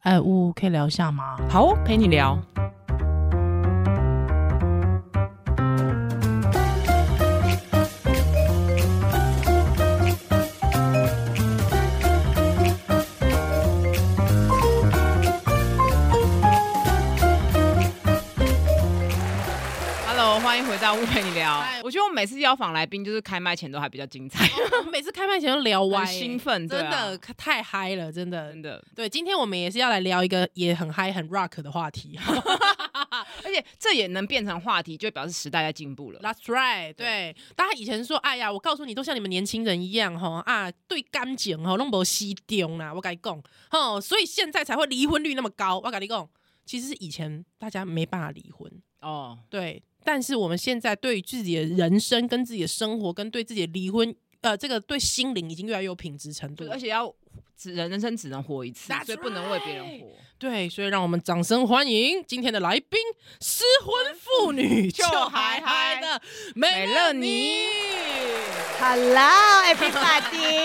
哎，呜，可以聊一下吗？好哦，陪你聊。Hello，欢迎回到屋陪你聊嗨。哦我觉得我每次邀访来宾，就是开麦前都还比较精彩，我 每次开麦前都聊歪、欸很兴奋，对真啊的太嗨了，真的 真。的。对，今天我们也是要来聊一个也很嗨、很 rock 的话题。 而且这也能变成话题，就表示时代在进步了。 That's right，对，大家以前说，哎呀，我告诉你，都像你们年轻人一样，哈啊，对感情哈，弄不西丢啦，我跟你讲，吼，所以现在才会离婚率那么高，我跟你讲，其实是以前大家没办法离婚，哦，对，但是我们现在对于自己的人生、跟自己的生活、跟对自己的离婚，呃，这个对心灵已经越来越有品质程度对，了而，且要只人人生只能活一次 That's 所以不能为别人活。对，所以让我们掌声欢迎今天的来宾——失婚妇嗯女就嗨嗨的美乐妮。 Hello, everybody！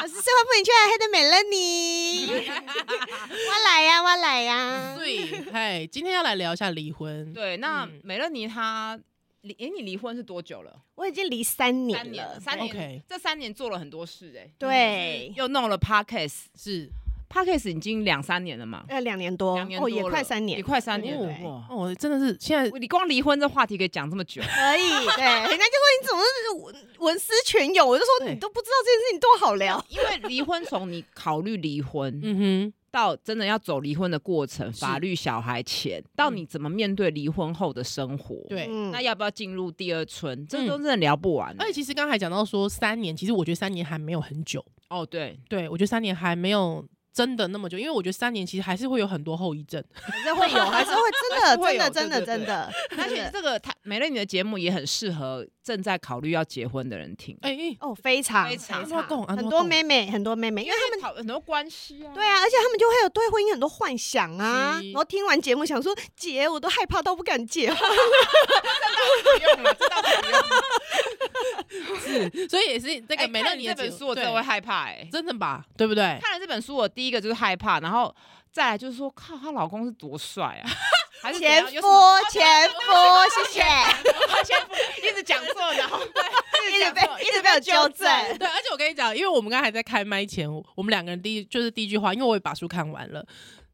我是社会妇女圈黑的美乐妮， 我来呀、我来呀、所以，嘿，今天要来聊一下离婚。对，那嗯美乐妮她离，哎、你离婚是多久了？我已经离三年了，三年了，三年。 OK 这三年做了很多事、哎，对，又弄了 podcast，podcast 是已经两三年了嘛，呃，两年多，两年哦，多也了快三年，也，快三年对了。哇，哦，真的是现在你光离婚这话题可以讲这么久可以。 对，人家就说你怎么文文思泉涌，我就说对你都不知道这件事情多好聊。因为离婚从你考虑离婚，嗯到真的要走离婚的过程，是法律、小孩、钱，到嗯你怎么面对离婚后的生活，哼，对。嗯那要不要进入第二春，这都真的聊不完欸、而且其实刚才讲到说三年，其实我觉得三年还没有很久。哦，对，对我觉得三年还没有真的那么久，因为我觉得三年其实还是会有很多后遗症。还是会有，还 是会真还是的，会真有的，真对对对的，真的， 而真且的这个他美乐你的节目也很适合正在考虑要结婚的人听，哎、哎哦，非常非常安诺贡安诺很贡多妹妹，很多妹妹，因为他们讨很多关系啊，对啊，而且他们就会有对婚姻很多幻想啊，是然后听完节目想说，姐，我都害怕到不敢结婚。不用了，这倒是不用。 是，所以也是那那个美乐哎看你你的这节本目书，我真的对会害怕哎、真的吧，对不对？看了这本书，我第一个就是害怕，然后再来就是说，靠，她老公是多帅啊， 还是怎前样夫有什么，前夫，谢谢，前夫一直讲错，然后一直被一直被我纠正。对，而且我跟你讲，因为我们刚才在开麦前，我们两个人第一就是第一句话，因为我也把书看完了，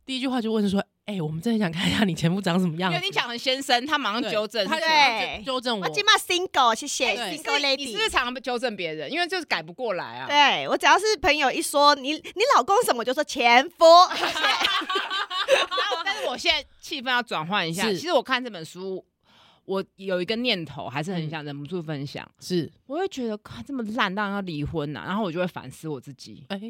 第一句话就问说：“哎、我们真的想看一下你前夫长什么样因子。”为你讲成先生，他马上对纠正，他对想要纠正我我。今嘛 single，谢谢对，single 你是不是 lady。常常纠正别人？因为就是改不过来啊。对我只要是朋友一说你你老公什么，我就说前夫。然后，但是我现在气氛要转换一下。是其实我看这本书，我有一个念头，还是很想忍不住分享。是，我会觉得，看这么烂，当然要离婚呐、然后我就会反思我自己，哎、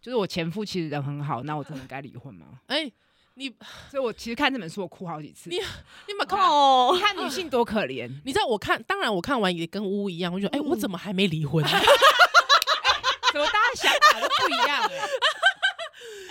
就是我前夫其实人很好，那我真的该离婚吗？ 哎、你所以我其实看这本书，我哭好几次。你你们看，哦，看女性多 可怜，你知道我看，当然我看完也跟乌一样，我就觉得哎、嗯我怎么还没离婚？啊怎么大家想法都不一样、欸？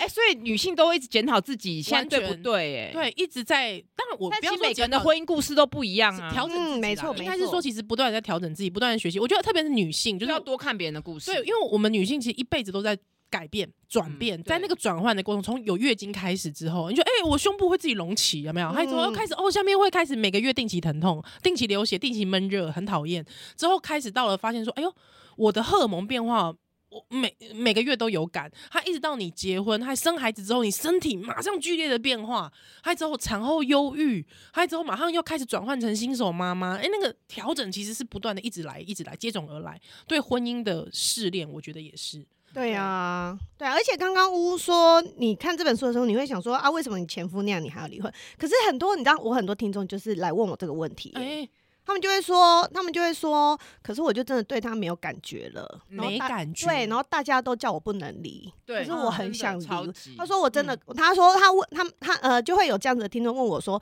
哎、所以女性都会一直检讨自己现在对不 对、哎，对，一直在。当然我但不其要实说每个人的检讨婚姻故事都不一样是啊，调整自己啦、嗯没错应该是没错说其实不断地在调整自己，不断的学习。我觉得特别是女性，就就是是要多看别人的故事。对，因为我们女性其实一辈子都在改变、转变，嗯对在那个转换的过程，从有月经开始之后，你就哎、我胸部会自己隆起，有没有？嗯还有后开始哦，下面会开始每个月定期疼痛、定期流血、定期闷热，很讨厌。之后开始到了发现说，哎呦，我的荷尔蒙变化。我每每个月都有感，他一直到你结婚，还生孩子之后，你身体马上剧烈的变化，还之后产后忧郁，还之后马上又开始转换成新手妈妈，哎、那个调整其实是不断的，一直来，一直来，接踵而来。对婚姻的试炼，我觉得也是。对啊，对啊，而且刚刚乌说，你看这本书的时候，你会想说啊，为什么你前夫那样，你还要离婚？可是很多，你知道，我很多听众就是来问我这个问题，哎、他们就会说，他们就会说，可是我就真的对他没有感觉了，然后没大感觉。对，然后大家都叫我不能离，对啊可是我很想离。超级嗯他说我真的，他说他问他他呃，就会有这样子的听众问我说，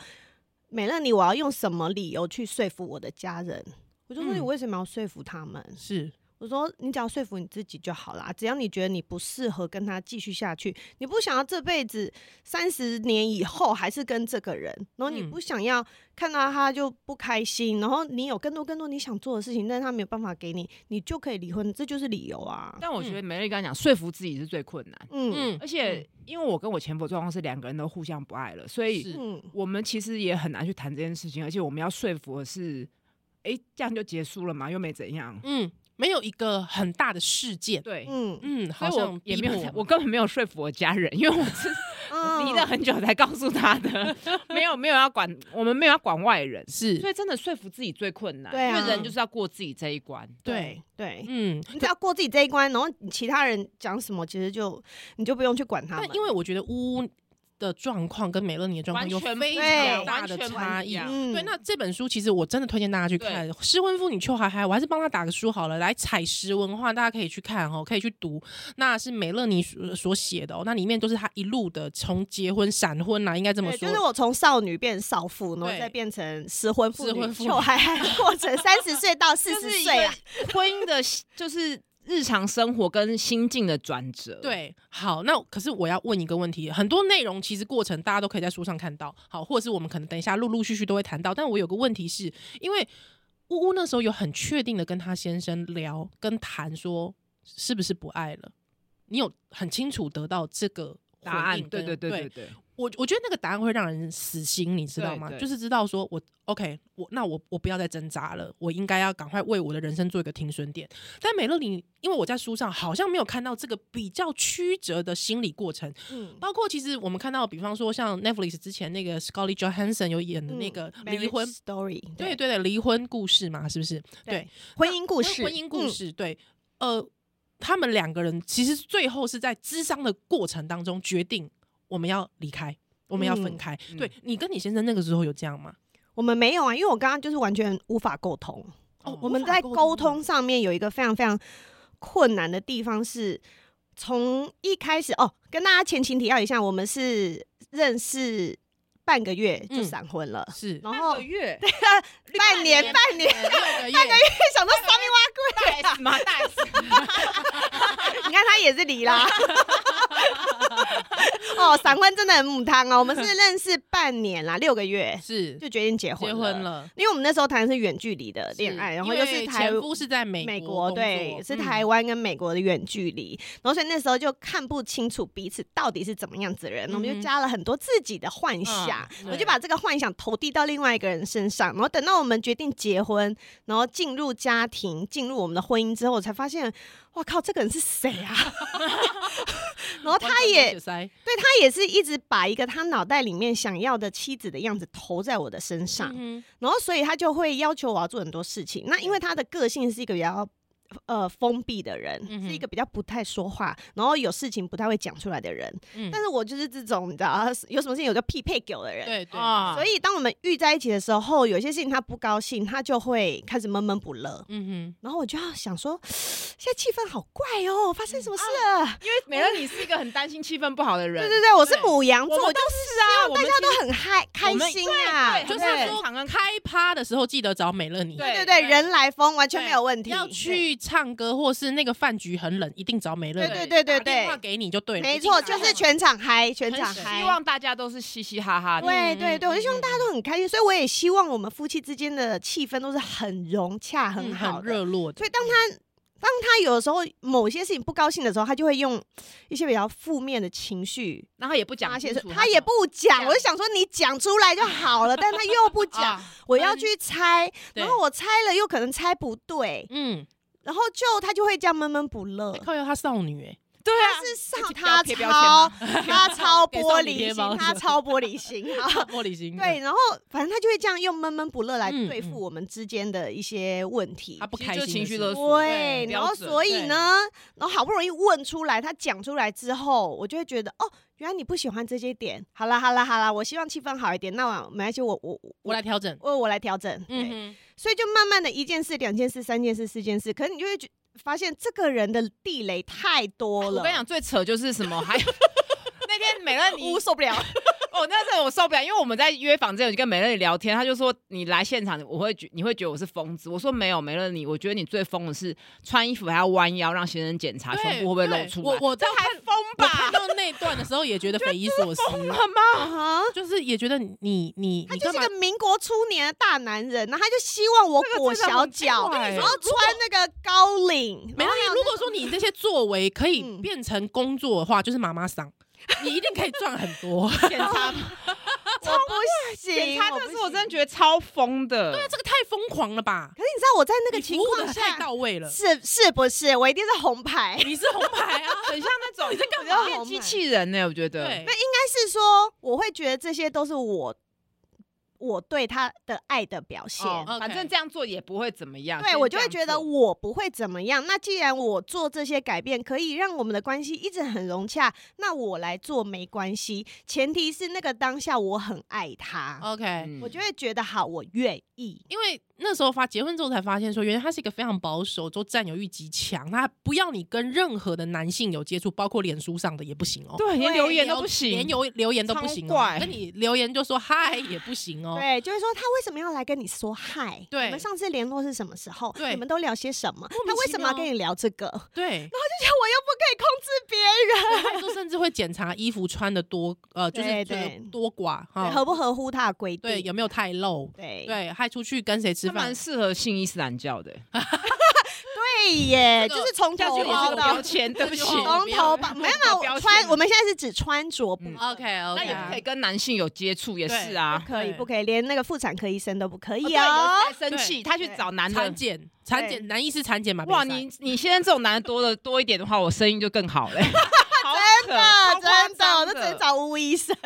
美乐你，我要用什么理由去说服我的家人？我就说嗯你为什么要说服他们？是，我我说你只要说服你自己就好啦，只要你觉得你不适合跟他继续下去，你不想要这辈子三十年以后还是跟这个人，然后你嗯不想要看到他就不开心，然后你有更多更多你想做的事情，但是他没有办法给你，你就可以离婚，这就是理由啊。但我觉得美丽刚刚讲，说服自己是最困难，嗯嗯，而且因为我跟我前夫的状况是两个人都互相不爱了，所以是嗯，我们其实也很难去谈这件事情，而且我们要说服的是，哎、这样就结束了嘛，又没怎样，嗯，没有一个很大的事件，对。嗯嗯，所好以像我也逼没迫有，们我根本没有说服我家人，因为我是嗯离了很久才告诉他的，没有没有要管，我们没有要管外人，所是以真的说服自己最困难，对啊因为人就是要过自己这一关。对对。嗯，你只要过自己这一关，然后你其他人讲什么，其实就你就不用去管他们。但因为我觉得乌的状况跟美乐你的状况完有全非不一样常大的完全不差一异样。嗯对，那这本书其实我真的推荐大家去看《失婚妇女邱海海》，我还是帮她打个书好了，来采石文化，大家可以去看哦，可以去读。那是美乐妮所所写的哦，那里面都是她一路的从结婚、闪婚啊啦、应该这么对，说。就是我从少女变少妇，然后对再变成失婚妇失婚女，妇女就还还过程三十岁到四就是十一岁个啊，婚姻的，就是日常生活跟心境的转折。，对，好，那可是我要问一个问题，很多内容其实过程大家都可以在书上看到，好，或者是我们可能等一下陆陆续续都会谈到。但我有个问题是，因为呜呜那时候有很确定的跟她先生聊跟谈说是不是不爱了，你有很清楚得到这个回答案应对跟对对对对，我我觉得那个答案会让人死心，你知道吗？对对就是知道说我 OK，我那我我不要再挣扎了，我应该要赶快为我的人生做一个停损点。但美乐你，因为我在书上好像没有看到这个比较曲折的心理过程，嗯，包括其实我们看到，比方说像 Netflix 之前那个 Scarlett Johansson 有演的那个离婚嗯 marriage，story，对对对，离婚故事嘛，是不是？对，婚姻故事，婚姻故嗯，事，对，呃，他们两个人其实最后是在咨商的过程当中决定我们要离开，我们要分嗯开。嗯对你跟你先生那个时候有这样吗？我们没有啊，因为我刚刚就是完全无法沟通，哦我无们法在沟沟通嗯通上面有一个非常非常困难的地方是。从一开始哦，跟大家前情提要一下，我们是认识半个月就嗯闪婚了，是然半后个月，哦半年半半年，呃六个月想到桑大 S 嘛，大 S，你看他也是离 啦。哦，闪婚真的很母汤哦。我们是认识半年啦，六个 月是就决定结婚结婚。了，因为我们那时候谈的是远距离的恋是爱，然后因又为是台前夫是在美美国国工对作，是嗯台湾跟美国的远距离，然后所以那时候就看不清楚彼此到底是怎么样子的人，我们嗯哼就加了很多自己的幻想，嗯我就对把这个幻想投递到另外一个人身上，然后等到我们决定结婚，然后进入家庭，进入我们的婚姻之后，我才发现，哇靠，这个人是谁啊？ 然完后他全没也血塞对他也是一直把一个他脑袋里面想要的妻子的样子投在我的身上，嗯然后所以他就会要求我要做很多事情。那因为他的个性是一个比较呃封闭的人，嗯哼是一个比较不太说话，然后有事情不太会讲出来的人。嗯但是我就是这种你知道，啊有什么事情我就匹配给我的人。对对啊所以当我们遇在一起的时候，有些事情他不高兴，他就会开始闷闷不乐。嗯然后我就要想说， 现在气氛好怪哦，发生什么事了？因为美乐你是一个很担心气氛不好的人，对对对，我是对母羊座，我我们就都是啊，我大们家都很嗨开我们心啊，哼，对就是对说常常开趴的时候记得找美乐妮。对对对，人来疯完全对没有问题。要对，去唱歌，或是那个饭局很冷，一定找美乐对妮。对对对打电话对，给你就对了。没一定错，打就电是话全场嗨，全场很嗨。希望大家都是嘻嘻哈哈的。对嗯对对，我就希嗯望大家都很开心，所以我也希望我们夫妻之间的气氛都是很融洽、很嗯好很的。热络的。所以当他当他有的时候某些事情不高兴的时候，他就会用一些比较负面的情绪然后也不讲发清泄楚怎出，么，他也不讲。讲我就想说你讲出来就好了，但他又不讲，啊，我要嗯去猜，对然后我猜了又可能猜不对，嗯，然后就他就会这样闷闷不乐。靠要她少女 哎，对啊，是上自己不要他贴标签吗超 他超给玻送你璃贴包心，他是吧超玻璃心。好，玻璃心。对，，然后反正他就会这样用闷闷不乐来嗯对嗯付我们之间的一些问题她。不其开心实就的情绪事勒索，对，然后所以对呢，然后好不容易问出来，他讲出来之后，我就会觉得哦，原来你不喜欢这些点。好啦，好啦，好啦，我希望气氛好一点。那我没关系，我我我来，调整。我我来调整。嗯，嗯所以就慢慢的一件事、两件事、三件事、四件事，可是你就会觉发现这个人的地雷太多了。我跟你讲，最扯就是什么，还那天美乐呜，妮我，受不了。我我那时候我受不了，因为我们在约访之前我就跟美乐你聊天，他就说你来现场，我会觉你会觉得我是疯子。我说没有，美乐你，我觉得你最疯的是穿衣服还要弯腰让先生检查对胸部会不会露对出来，我我这在还看疯我吧看？到那一段的时候也觉得匪夷所 思，疯了吗？ 啊哈就是也觉得你你你他你就干是嘛个民国初年的大男人，然后他就希望我裹小脚，这个真的很奇怪哎 然后穿那个高领，没有然后还，有如果说你这些作为可以嗯变成工作的话，就是妈妈 桑，你一定可以赚很多。检查超哦不行，检查，但哦不是我行真的觉得超疯的。那这个太疯狂了吧？可是你知道我在那你个情服务况的太下，到位了，是是不是？我一定是红牌。你是红牌 啊！很像那种你在干嘛变机器人呢、我觉得。对，但是说，我会觉得这些都是我我对他的爱的表现。哦 OK 反正这样做也不会怎么样。对，先我就会这觉样得做我不会怎么样。那既然我做这些改变可以让我们的关系一直很融洽，那我来做没关系。前提是那个当下我很爱他， OK，嗯我就会觉得好，我愿意。因为那时候发结婚之后才发现说，原来他是一个非常保守，就占有欲极强，他不要你跟任何的男性有接触，包括脸书上的也不行哦。对，连对留言都不连行。留留言都不行超哦怪，跟你留言就说嗨也不行哦。对，就是说他为什么要来跟你说嗨？对你们上次联络是什么时候？对你们都聊些什么？莫名他为其什么要妙哦跟你聊这个？ 而 对，且我又不可以控制别人，他说甚至会检查衣服穿的多呃，就是对这个对多寡合哈，不合乎他的规定？对，有没有太露，对对，还出去跟谁吃他蛮饭，适合信伊斯兰教的，对耶，这个就是从下去头也是到个到标签，对不起这。句话从头吧，没有没有，标我签穿我们现在是指穿着不嗯 OK 那 OK，也不可以跟男性有接触，也是啊。可啊以，对不可以，连那个妇产科医生都不可哦以对哦。有时候在生气，他去找男产的。检产检，男医师产检嘛？哇，比赛你你现在这种男的多的多一点的话，我声音就更 好了。好扯啊，超夸真的，张那只能找吴医生，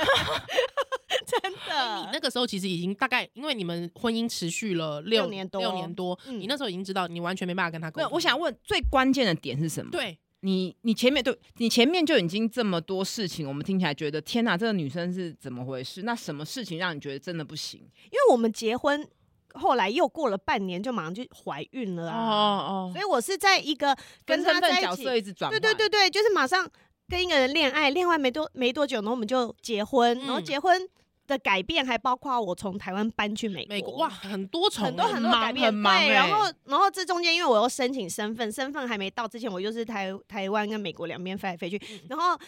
真你的。 那个时候其实已经大概，因为你们婚姻持续了六六年多六年多，嗯你那时候已经知道你完全没办法跟他沟没有，通。我想问最关键的点是什么？对，你你前面对你前面就已经这么多事情，我们听起来觉得天哪，这个女生是怎么回事？那什么事情让你觉得真的不行？因为我们结婚后来又过了半年，就马上就怀孕了啊，哦所以我是在一个跟跟他身在份一角起，色一直转对换，对对对，就是马上跟一个人恋爱，恋爱没多没多久，然后我们就结婚，然后嗯结婚的改变还包括我从台湾搬去美美国哇，很多重欸，很多很多忙改变，很忙对，欸然后然后这中间因为我又申请身份，身份还没到之前，我就是台台湾跟美国两边飞来飞去，嗯然后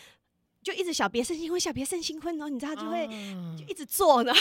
就一直小别胜新婚，小别胜新婚，然后你知道就哦会。啊嗯就一直做呢，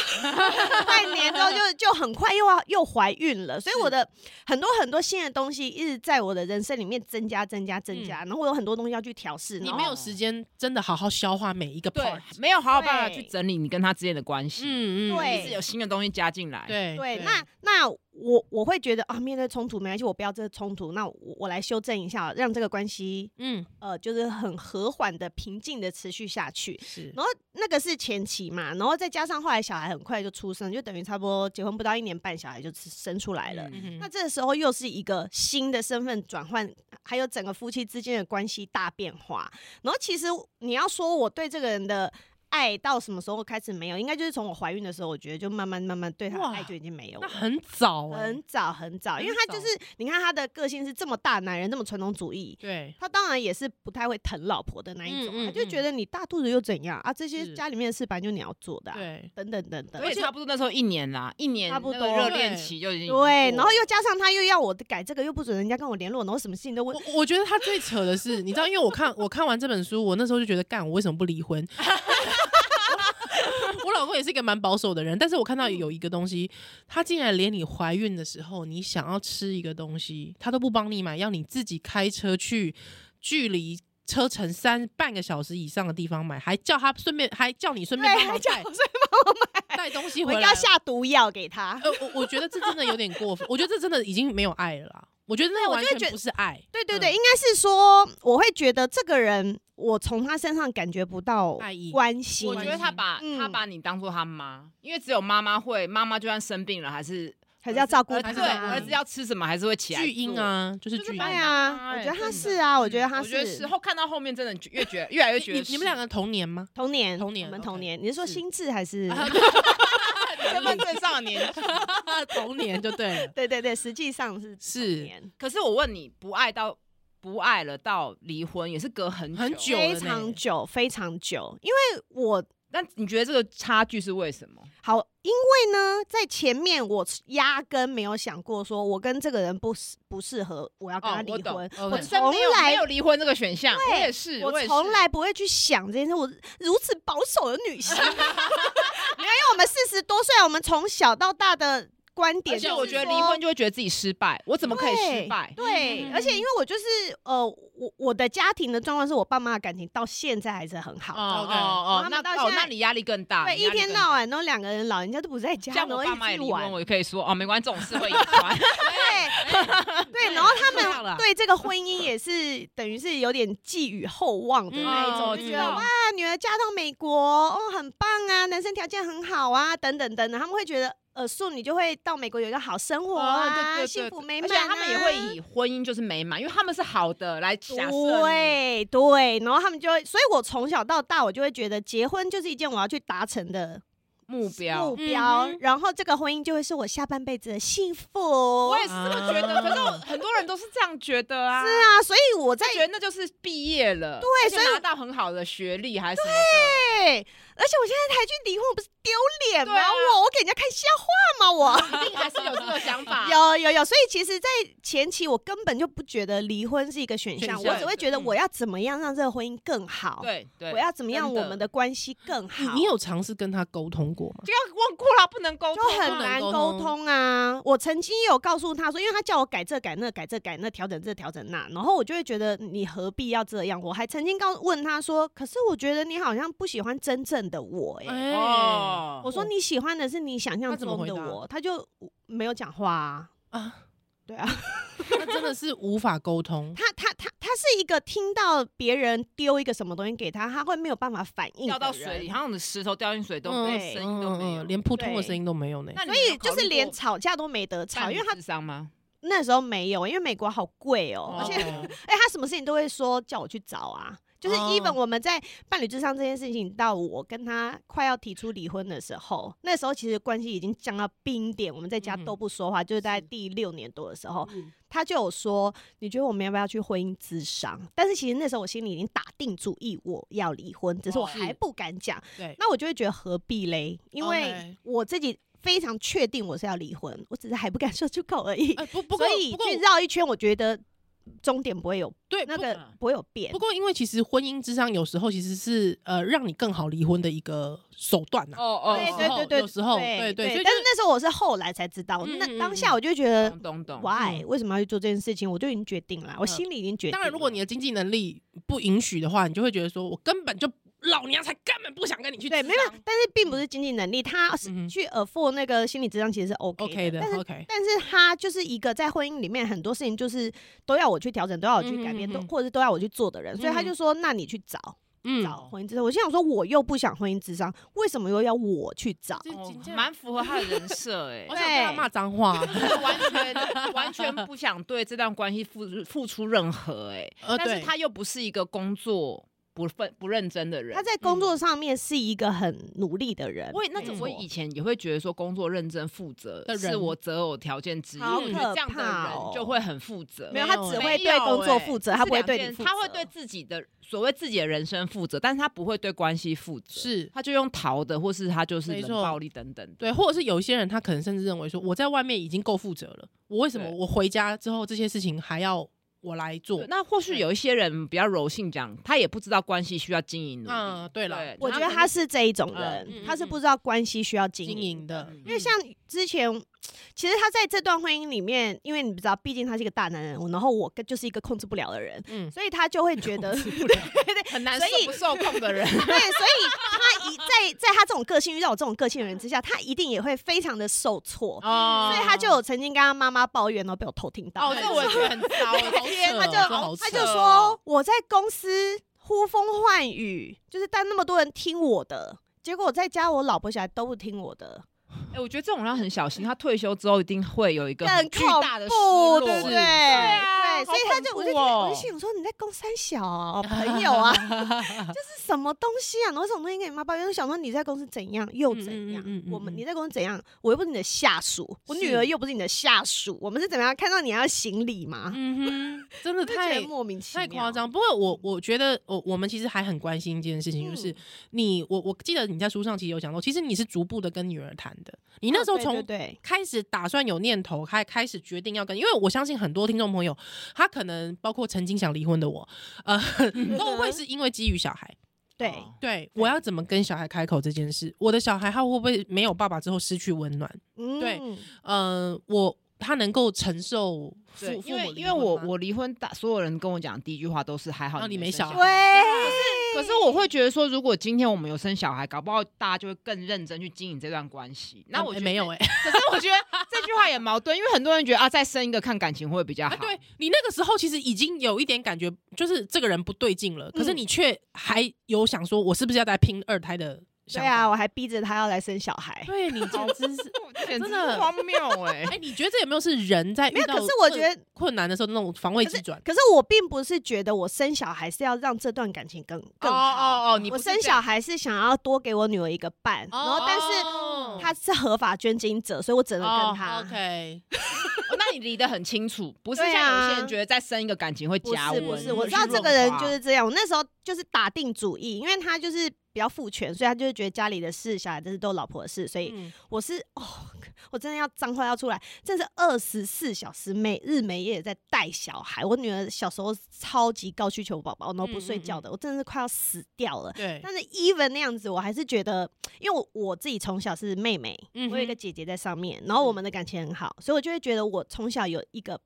半年之后就就很快又要又怀孕了，所以我的很多很多新的东西一直在我的人生里面增加增加增加，然后我有很多东西要去调试，你然后没有时间真的好好消化每一个 part 对。，没有好好办法对去整理你跟他之间的关系，嗯嗯，对一直有新的东西加进来。，对对，那那我我会觉得啊，面对冲突没关系，我不要这个冲突，那我我来修正一下，让这个关系嗯呃，就是很和缓的、平静的持续下去。是然后那个是前期嘛，然后再加上后来小孩很快就出生，就等于差不多结婚不到一年半，小孩就生出来了。嗯嗯那哼这时候又是一个新的身份转换，还有整个夫妻之间的关系大变化。然后其实你要说我对这个人的爱到什么时候开始没有，应该就是从我怀孕的时候，我觉得就慢慢慢慢对他的哇爱就已经没有那了。很早欸很早很早，因为很他就是你看他的个性是这么大男人，这么传统主义，对他当然也是不太会疼老婆的那一种啊，嗯嗯他就觉得你大肚子又怎样啊？这些是家里面的事本来就你要做的、啊，对，等等等等我。也差不多那时候一年啦，一年差不那多个热恋期就已经对，然后又又加上他又要我改这个，又不准人家跟我联络，然后什么事情都问我。我觉得他最扯的是，你知道，因为我看我看完这本书，我那时候就觉得，干，我为什么不离婚？ 我老公也是一个蛮保守的人，但是我看到嗯有一个东西，他竟然连你怀孕的时候，你想要吃一个东西，他都不帮你买，要你自己开车去，距离车程三半个小时以上的地方买，还叫他顺便，还叫你顺 对，便帮忙还叫带我所以带东西我回一来。定要下毒药给他。呃，我我觉得这真的有点过分，我觉得这真的已经没有爱了啦。我觉得那我完就会觉全不是爱，对对嗯对，应该是说，我会觉得这个人，我从他身上感觉不到爱意关心。我觉得他把嗯他把你当做他妈，因为只有妈妈会，妈妈就算生病了还是还是要照顾儿他。还啊是对儿子要吃什么还是会起来巨婴做。啊，就是就是巨婴。把对你啊，我哎觉得他真的是啊，我觉得他我觉得是事后看到后面真的越觉得越来越觉你得你们两个同年吗？童年，童年我们 OK 童年。你是说是心智 还是？。是 身份证上的年纪。 同年就对 了对对对，实际上是是童年可是我问你，不爱到不爱了到离婚也是隔很很久了非呢常久，非常久。因为我那你觉得这个差距是为什么？好，因为呢，在前面我压根没有想过，说我跟这个人不适不适合，我要跟他哦，离我婚。懂，我我从没有来没有离婚这个选项，对我也是，我也是从来不会去想这件事，我如此保守的女性， 没有，因为我们四十多岁，我们从小到大的观点而就是且说，我觉得离婚嗯就会觉得自己失败，我怎么可以失败？对，而且因为我就是呃，我我的家庭的状况是我爸妈的感情到现在还是很好， OK 哦他那们到哦现在那你压力更大，对，你压一力天更到大。晚都两个人，老人家都不在家，像然我后爸一妈也起离婚，玩，我也可以说哦，没关系，这种事会遗传。 对对，然后他太好了们对这个婚姻也是等于是有点寄予厚望的那一种，嗯就知觉得道哇，女儿嫁到美国哦，很棒啊，男生条件很好啊，等等等等，他们会觉得呃，送你就会到美国有一个好生活哦对对啊，对幸福美而满且啊，他们也会以婚姻就是美满，因为他们是好的来假设你。对对，然后他们就会，所以我从小到大，我就会觉得结婚就是一件我要去达成的目标目，标，嗯哼然后这个婚姻就会是我下半辈子的幸福。我也是这么觉得。啊可是我很多人都是这样觉得啊，是啊，所以我在就觉得那就是毕业了，对而且所以拿到很好的学历还是什么对，而且我现在还去离婚，我不是丢脸吗？对啊我我给人家看笑话吗？我。的，一定还是 有这个想法。 有有有，所以其实，在前期我根本就不觉得离婚是一个选选项，项我只会觉得嗯我要怎么样让这个婚姻更好，对对，我要怎么样真的我们的关系更你好。你有尝试跟他沟通过吗？就要问过了，不能沟就通，很难沟通啊！我曾经有告诉他说，因为他叫我改这改那改这改那调整这调整那，然后我就会觉得你何必要这样？我还曾经告问他说，可是我觉得你好像不喜欢真正的我哎、哎哦我说你喜欢的是你想象他怎么中回的答我，他就嗯没有讲话啊。啊，对啊，那真的是无法沟通。他他他他是一个听到别人丢一个什么东西给他，他会没有办法反应，掉到水里，。好像你的石头掉进水都嗯没有声音都没有，连扑通的声音都没有呢。那你所们有以考就虑是连过吵架都没得吵，伴因侣为他智商吗？那时候没有，因为美国好贵哦、而且 哦哎、他什么事情都会说叫我去找啊。就是哦 even 我们在伴侣智商这件事情，到我跟他快要提出离婚的时候，那时候其实关系已经降到冰点，我们在家嗯都不说话，就是在是第六年多的时候，嗯他就有说，你觉得我们要不要去婚姻咨商？但是其实那时候我心里已经打定主意，我要离婚，只是我哦还不敢讲。对那我就会觉得何必嘞？因为哦 OK 我自己非常确定我是要离婚，我只是还不敢说出口而已。哎，不不过所以不过去绕一圈，我觉得终点不会有对那不个嗯不会有变不。过，因为其实婚姻之上有时候其实是呃让你更好离婚的一个手段呐、哦哦，对哦对哦对对，有时候对对对所以就但是是那时候我是后来才知道，嗯嗯那嗯当下我就觉得懂懂懂， ，why 嗯为什么要去做这件事情？我就已经决定了，我心里已经决定了。当然，如果你的经济能力不允许的话，你就会觉得说我根本就老娘才根本不想跟你去对，吃没有饭，但是并不是经济能力，他是嗯哼去 afford 那个心理智商其实是 OK OK 的但是。 OK 但是他就是一个在婚姻里面很多事情就是都要我去调整，都要我去改变，嗯都哼嗯哼或者是都要我去做的人，所以他嗯就说：“那你去找嗯找婚姻智商。”我心想说：“我又不想婚姻智商，为什么又要我去找？”这哦真的蛮符合他的人设哎欸我。想跟他骂脏话，完全完全不想对这段关系付出付出任何哎、哦呃但对是他又不是一个工作不分不认真的人。他在工嗯作上面是一个很努力的人，我也那没种错我以前也会觉得说工作认真负责的人是我择偶条件之一，好因为我觉得可这样的怕人哦就会很负责。没有，没他有只欸会对工作负责，他不会对你负责，他会对自己的所谓自己的人生负责，但是他不会对关系负责，是他就用逃的，或是他就是没冷错暴力等等的。对，或者是有一些人他可能甚至认为说我在外面已经够负责了，我为什么对我回家之后这些事情还要我来做对？那或许有一些人比较柔性讲，他也不知道关系需要经营努力。嗯，对了，对我觉得他是这一种嗯人，嗯他是嗯不知道关系需要经经营嗯营的，嗯因因为像之前，其实他在这段婚姻里面，因为你不知道，毕竟他是一个大男人，然后我跟就是一个控制不了的人，嗯所以他就会觉得，很难所受以不受控的人， 对，所以他一在在他这种个性遇到我这种个性的人之下，他一定也会非常的受挫，哦所以他就有曾经跟他妈妈抱怨，然后被我偷听到，哦，这我也觉得 很糟，天扯他哦就这好他扯哦就说我在公司呼风唤雨，就是但那么多人听我的，结果我在家我老婆小孩都不听我的，哎、我觉得这种人要很小心，他退休之后一定会有一个更很巨恐大的失怖，落，对不对？对啊啊对，所以好他恐就我就怖觉得我哦就心想说你在攻三小 啊，朋友啊，就是什么东西啊，然后这种东西跟你妈抱怨，就想说你在公司怎样又嗯嗯怎样，嗯嗯我们嗯你在公司怎样，我又不是你的下属，我女是儿又不是你的下属，我们是怎么样看到你还要行礼吗？嗯哼，真的就觉太得莫名其太妙，夸。张。不过我我觉得我我们其实还很关心一件事情，就是嗯你我我记得你在书上其实有讲到，其实你是逐步的跟女儿谈的，你啊那时候对从对。对开始打算有念头，开开始决定要跟，因为我相信很多听众朋友，他可能包括曾经想离婚的我， 呃，都会是因为基于小孩。对哦对，我要怎么跟小孩开口这件事？我的小孩他会不会没有爸爸之后失去温暖？嗯对嗯，我他能够承受对父，因父为母离因为我婚吗我离婚哦大，所有人跟我讲的第一句话都是还好啊你没生小孩孩对，可是我会觉得说，如果今天我们有生小孩，搞不好大家就会更认真去经营这段关系。那啊我哎觉得没有哎、可是我觉得这句话也矛盾，因为很多人觉得啊，再生一个看感情会比较好。啊，对你那个时候其实已经有一点感觉，就是这个人不对劲了，可是嗯你却还有想说，我是不是要再拼二胎的对想啊，法？我还逼着他要来生小孩。 对你简直是，简直真的荒谬哎、 哎、你觉得这有没有是人在遇没有到可是我困觉得困难的时候那种防卫可机转？可是我并不是觉得我生小孩是要让这段感情更更好。哦哦，你不我是生这样小孩是想要多给我女儿一个伴，然后但是哦他是合法捐精者，所以我只能跟他。哦、，OK，哦那你离得很清楚，不是对啊像有些人觉得再生一个感情会不加是温。不是，嗯我知道这个人就是这样。我那时候就是打定主意，因为他就是比较父权，所以他就是觉得家里的事、小孩的事都是老婆的事，所以嗯我是哦，我真的要脏话要出来，真是二十四小时每日每夜在带小孩。我女儿小时候超级高需求宝宝，然后不睡觉的，我真的是快要死掉了。嗯对，但是 even 那样子，我还是觉得，因为我我自己从小是妹妹，嗯哼嗯我有一个姐姐在上面，然后我们的感情很好，所以我就会觉得我从小有一个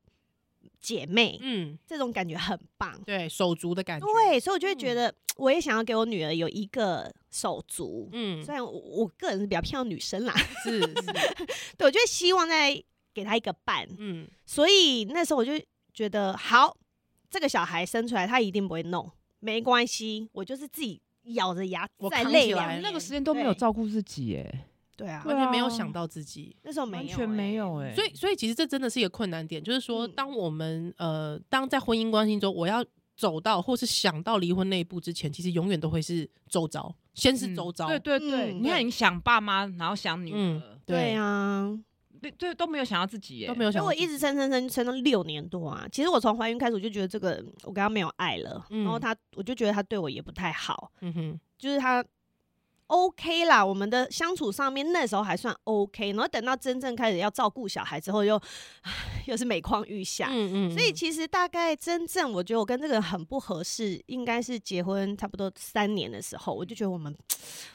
姐妹，嗯，这种感觉很棒。对手足的感觉，，嗯对，所以我就会觉得，我也想要给我女儿有一个手足。嗯，虽然我我个人是比较偏向女生啦，是是，对，我就会希望再给她一个伴。嗯，所以那时候我就觉得，好，这个小孩生出来他一定不会弄，没关系，我就是自己咬着牙我再扛累起两来年那个时间都没有对照顾自己哎、对啊，完全没有对啊想到自己。那时候没有、完全没有欸哎、所以，所以其实这真的是一个困难点，就是说，嗯当我们呃，当在婚姻关系中，我要走到或是想到离婚那一步之前，其实永远都会是周遭，先是周遭，对对对，嗯你看你想爸妈，然后想女嗯儿，对啊，对对都没有想到自己耶、都没有所以想到我自己，一直生生生生到六年多啊。其实我从怀孕开始，我就觉得这个嗯我跟他没有爱了，嗯然后他我就觉得他对我也不太好，嗯哼，就是他 OK 啦，我们的相处上面那时候还算 OK，然后等到真正开始要照顾小孩之后又，唉又是每况愈下。嗯嗯所以其实大概真正我觉得我跟这个人很不合适，应该是结婚差不多三年的时候，我就觉得我们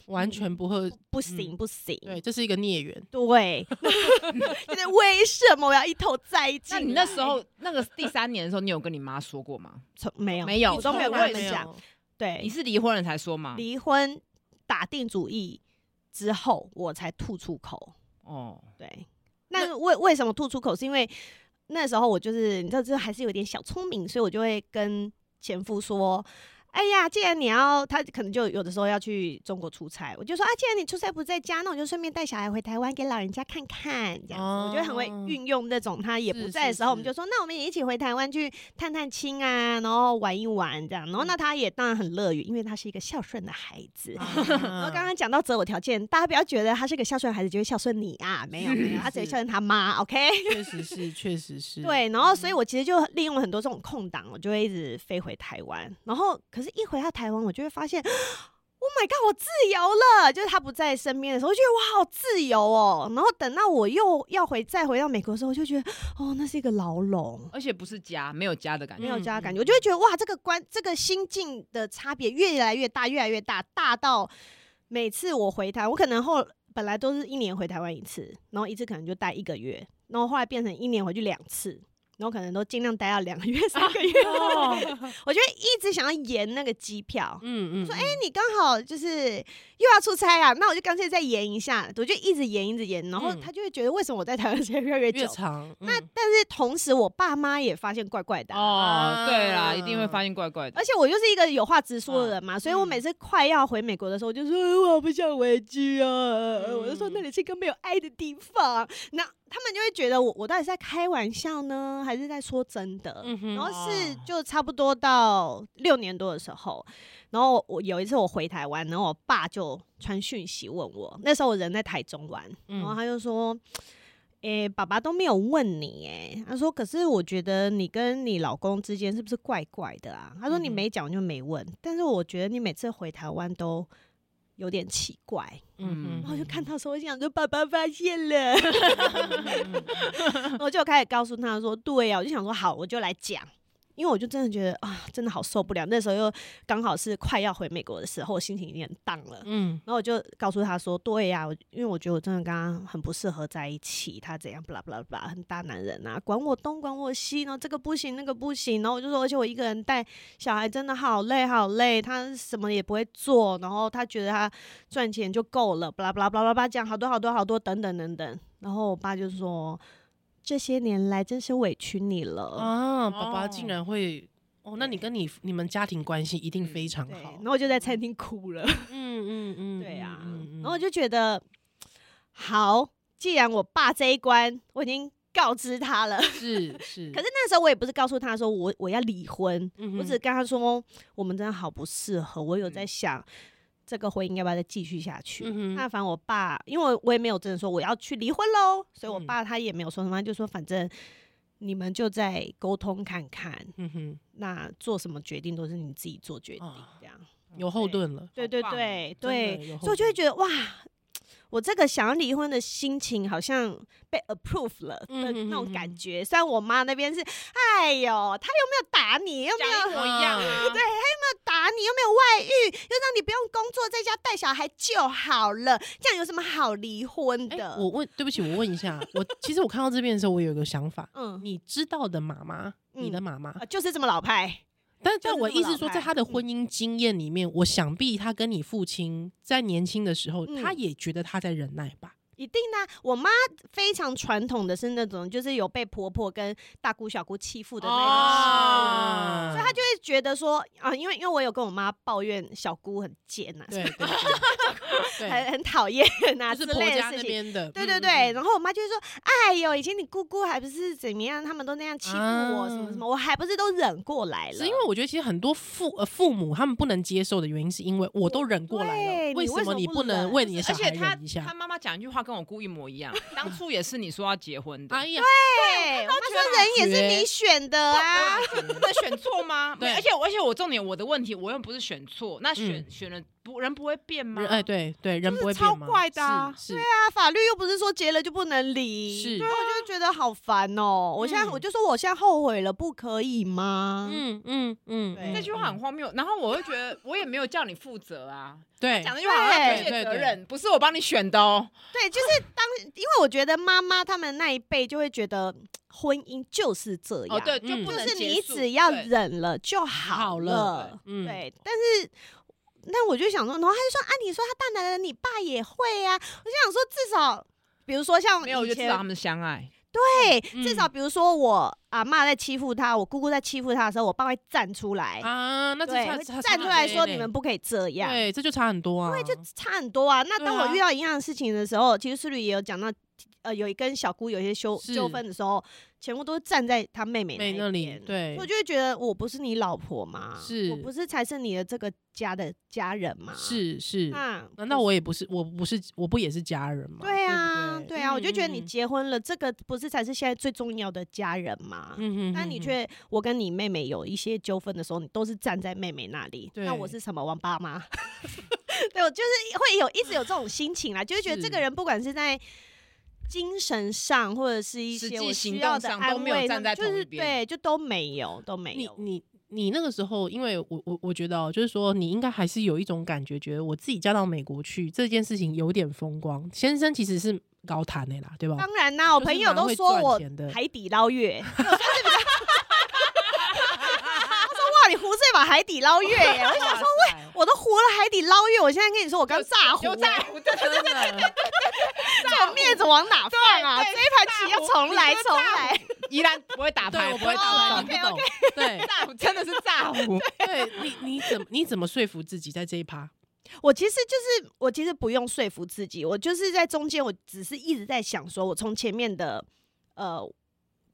完全不会，不行嗯不行，对，这是一个孽缘，对， 就是为什么我要一头栽进那来？欸你那时候那个第三年的时候，你有跟你妈说过吗？从没有没有我都没有从跟来他们没讲。，对，你是离婚了才说吗？离婚打定主意之后，我才吐出口。哦，对，那为为什么吐出口？是因为那时候我就是你知道，这还是有点小聪明，所以我就会跟前夫说。哎呀，既然你要，他可能就有的时候要去中国出差，我就说啊，既然你出差不在家，那我就顺便带小孩回台湾给老人家看看，这样子，我觉得很会哦运用那种他也不是在的是时候，我们是就说那我们也一起回台湾去探探亲啊，然后玩一玩这样，然后嗯那他也当然很乐于，因为他是一个孝顺的孩子，啊然然后刚刚讲到择偶条件，大家不要觉得他是个孝顺孩子就会孝顺你啊，没有没有，他只会是孝顺他妈，OK？确实是，确实是，对，然后所以我其实就利用很多这种空档，我就会一直飞回台湾。然后可是，一回到台湾，我就会发现 ，Oh my god，我自由了！就是他不在身边的时候，我觉得我好自由哦。然后等到我又要回再回到美国的时候，我就觉得，哦，那是一个牢笼。而且不是家，没有家的感没觉。有家的嗯嗯感觉，我就会觉得哇，这个关这个心境的差别越来越大，越来越大，大到每次我回台，我可能后本来都是一年回台湾一次，然后一次可能就待一个月，然后后来变成一年回去两次，然后可能都尽量待到两个月、三 个月，我就会一直想要延那个机票。嗯嗯，说说哎、你刚好就是又要出差啊，那我就干脆再延一下，我就一直延一直延，然后嗯他就会觉得为什么我在台湾时间越来越久越？长，那嗯但是同时我爸妈也发现怪怪的啊、哦，对啦，啊一定会发现怪怪的。嗯而且我就是一个有话直说的人嘛，所以我每次快要回美国的时呃候，我就说、呃我不想回去啊，我就说那里是一个没有爱的地方。那他们就会觉得我我到底是在开玩笑呢，还是在说真的？嗯哼然后是哦就差不多到六年多的时候，然后我有一次我回台湾，然后我爸就传讯息问我，那时候我人在台中玩，然后嗯他就说：“诶、爸爸都没有问你、诶，他说：“可是我觉得你跟你老公之间是不是怪怪的啊？”他说：“你嗯哼没讲就没问，但是我觉得你每次回台湾都有点奇怪。”嗯然后就看到时候，我心想说：“爸爸发现了。” 我就开始告诉他说：“对啊呀、我就想说好，我就来讲。”因为我就真的觉得啊，真的好受不了。那时候又刚好是快要回美国的时候，我心情已经很荡了。嗯然后我就告诉他说：“对呀、我因为我觉得我真的跟他很不适合在一起，他怎样，巴拉巴拉巴拉，很大男人啊，管我东管我西，然后这个不行，那个不行。然后我就说，而且我一个人带小孩真的好累好累，他什么也不会做，然后他觉得他赚钱就够了，巴拉巴拉巴拉巴拉，讲好多好多好多等等等等。然后我爸就说，这些年来真是委屈你了。啊，爸爸哦竟然会哦，那你跟你你们家庭关系一定非常嗯对，好然。后我就在餐厅哭了。嗯嗯嗯对啊，嗯嗯嗯然后我就觉得，好，既然我爸这一关我已经告知他了， 是是，可是那时候我也不是告诉他说我我要离婚，嗯我只是哼跟他说我们真的好不适合，我有在嗯想。这个婚姻要不要再继续下去？嗯哼那反正我爸，因为我也没有真的说我要去离婚喽，所以我嗯爸他也没有说什么，他就说反正你们就再沟通看看，嗯哼那做什么决定都是你自己做决定啊，这样。有后盾了。对好对棒哦对真的对，有所以我后就会盾觉得哇，我这个想要离婚的心情好像被 approve 了的那种嗯哼哼感哼觉。虽然我妈那边是，哎呦，他又没有打你，又没讲有一模一样啊，嗯对，又打你，又没有外遇，又让你不用工作，在家带小孩就好了，这样有什么好离婚哎的？我问，对不起，我问一下， 我其实我看到这边的时候，我有一个想法，嗯你知道的妈妈，你的妈妈，啊就是这么老派，但就但是我这么意思老说，在派他的嗯婚姻经验里面，我想必他跟你父亲在年轻的时候，他嗯也觉得他在忍耐吧。一定的啊、我妈非常传统的是那种，就是有被婆婆跟大姑小姑欺负的那种媳妇。哦所以他就会觉得说啊，因为因为我有跟我妈抱怨小姑很贱啊呐、对对 对很很讨厌呐对，就啊之是婆类的家事那情。边的，对嗯对嗯对，嗯然后我妈就会说：“哎呦，以前你姑姑还不是怎么样，他们都那样欺负我，什么什么，我还不是都忍过来了。”啊是因为我觉得其实很多父呃父母他们不能接受的原因，是因为我都忍过来了，对为你什为什么么你不不能忍为你的小而孩且他忍一下他？妈妈讲一句话跟我姑一模一样，当初也是你说要结婚啊的哎，呀，对，我妈说人也是你选的啊，那选 错吗？对没而且而且我重点我的问题我又不是选错，那选、嗯选了不人不会变吗人？哎，对对，人就是不会超变吗？怪的啊是是啊，法律又不是说结了就不能离，是然后我就觉得好烦哦。我现在嗯我就说我现在后悔了，不可以吗？嗯嗯嗯，对这嗯句话很荒谬，然后我会觉得我也没有叫你负责啊，对，讲的句话好像不对对卸责对任，不是我帮你选的哦。对，就是当，因为我觉得妈妈他们那一辈就会觉得嗯婚姻就是这样，哦，对，嗯就不就能是你结束只要对忍了就好好了嗯对，但是。那我就想说，然后他就说啊，你说他大男人，你爸也会啊。我就想说，至少，比如说像没有，我以就知道他前，们相爱。对，嗯至少比如说我阿妈在欺负他，我姑姑在欺负他的时候，我爸会站出来，啊，那这对，差会差差站出来很说多你呢们不可以这样。对，这就差很多啊，因为就差很多啊。那对当我啊遇到一样的事情的时候，其实思吕也有讲到，呃，有一跟小姑有一些纠是纠纷的时候，全部都是站在她妹妹妹一那里边，对所以我就会觉得我不是你老婆嘛，是我不是才是你的这个家的家人嘛，，是是，那难道我也不是，我不是，我不也是家人吗？啊对啊，不对啊，我就觉得你嗯结婚了，这个不是才是现在最重要的家人嘛。嗯哼，但你却，我跟你妹妹有一些纠纷的时候，你都是站在妹妹那里。那我对是什么王八吗？ 对，我就是会有一直有这种心情啦，就会觉得这个是人不管是在精神上，或者是一实些际我行需动要的上安都没有慰站上在就同是一边对，就都没有，都没你有。你你那个时候，因为我我我觉得哦、就是说你应该还是有一种感觉，觉得我自己嫁到美国去这件事情有点风光。先生其实是高谈的啦，对吧？当然啦，我哦就是朋友蛮都会说赚我钱的海底捞月， 我算是比较。他说哇，你胡子也把海底捞月 耶！我想说，喂，我都糊了海底捞月，我现在跟你说我刚炸糊有了， 在乎，对对对对对，这种面子往哪放啊？这对一盘棋要重来，大胡重来。依然不会打牌，对，我不会打牌，懂你不不懂。懂对 炸胡真的是炸胡，对，你你怎么你怎么说服自己在这一趴？我其实就是我其实不用说服自己，我就是在中间，我只是一直在想说，我从前面的呃，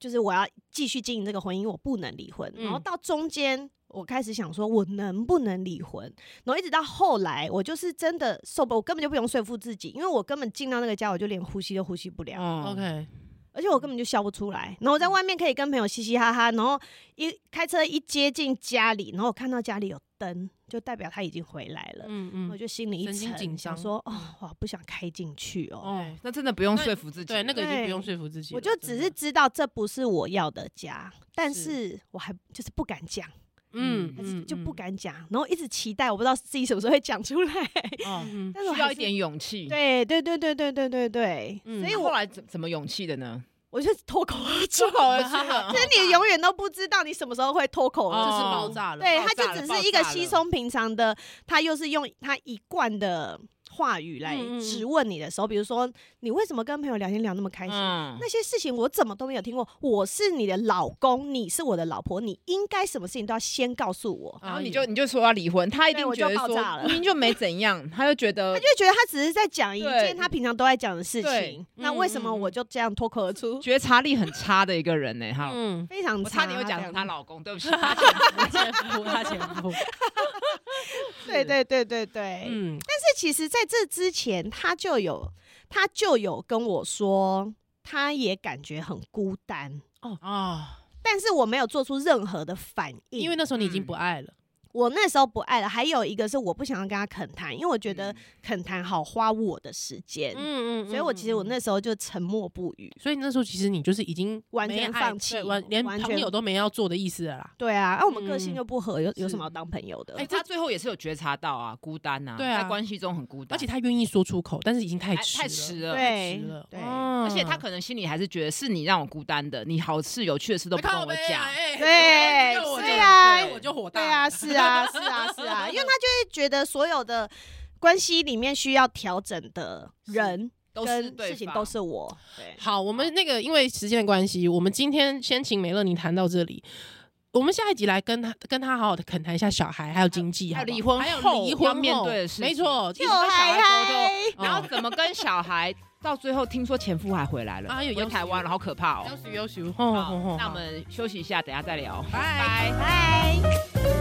就是我要继续经营这个婚姻，我不能离婚，然后嗯到中间。我开始想说，我能不能离婚？然后一直到后来，我就是真的受不，我根本就不用说服自己，因为我根本进到那个家，我就连呼吸都呼吸不了。哦 OK，而且我根本就笑不出来。然后我在外面可以跟朋友嘻嘻哈哈，然后一开车一接近家里，然后我看到家里有灯，就代表他已经回来了。嗯我嗯，就心里一神经紧沉，想张说哦，我不想开进去哦。哦，那真的不用那说服自己。对，那个已经对不用说服自己了，我就真只的是知道这不是我要的家，但是是我还就是不敢讲，嗯还是嗯就不嗯敢讲，然后一直期待，我不知道自己什么时候会讲出来，哦嗯但是我需要还一是点勇气。，对对对对对对对对，嗯所以后我来怎怎么勇气的呢？我就脱口啊而出，出口而出了 就。是你永远都不知道你什么时候会脱口而就出。是哦爆炸了，对，爆他炸就了只爆是一个炸稀了松平常的，他又是用他一贯的话语来嗯嗯嗯质问你的时候，比如说你为什么跟朋友聊天聊那么开心？嗯那些事情我怎么都没有听过。我是你的老公，你是我的老婆，你应该什么事情都要先告诉我。哎然后你呀就你就说要离婚，他一对定我觉就得爆炸说了明明就没怎 样，他就觉得他就会觉得他只是在讲一对件他平常都在讲的事对情，那为什么嗯嗯嗯我就这样脱口而 出？觉察力很差的一个人呢、欸。哈， 嗯，非常我差点又这讲样成她老公， 对不起，她他前夫，他前夫，对对对对对，嗯，但其实在这之前，他就有他就有跟我说，他也感觉很孤单，啊，但是我没有做出任何的反应，因为那时候你已嗯经不爱了，我那时候不爱了。还有一个是我不想要跟他恳谈，因为我觉嗯得恳谈好花我的时间，嗯所以我其实我，那时候就沉默不语。所以那时候其实你就是已经完没全爱放弃对完连完朋全友都没要做的意思了啦。对啊，那、我们个性嗯又不合，有有是什么好当朋友的？哎、他最后也是有觉察到啊，孤单啊，对啊在关系中很孤单，而且他愿意说出口，但是已经太哎迟太了，迟了，太对迟了，嗯对而而且他可能心里还是觉得是你让我孤单的，你好事有趣的事都都不跟哎我啊讲，哎对我就对啊哎对我就火大，对啊，，是啊，是啊，是啊，因为 他就会觉得所有的关系里面需要调整的人都是跟对事情方都是我，对。好，我们那个因为时间的关系，我们今天先请美乐你谈到这里。我们下一集来跟他跟他好好的恳谈一下小孩，还有经济，还有好不好离婚还有后离婚要面后对的事没情错，就一直跟小孩沟通嗨哦然后怎么跟小孩？到最后听说前夫还回来了，哎呦回台湾了，好可怕哦！要许要许，好吼吼吼！那我们休息一下，等一下再聊，哦拜拜。拜。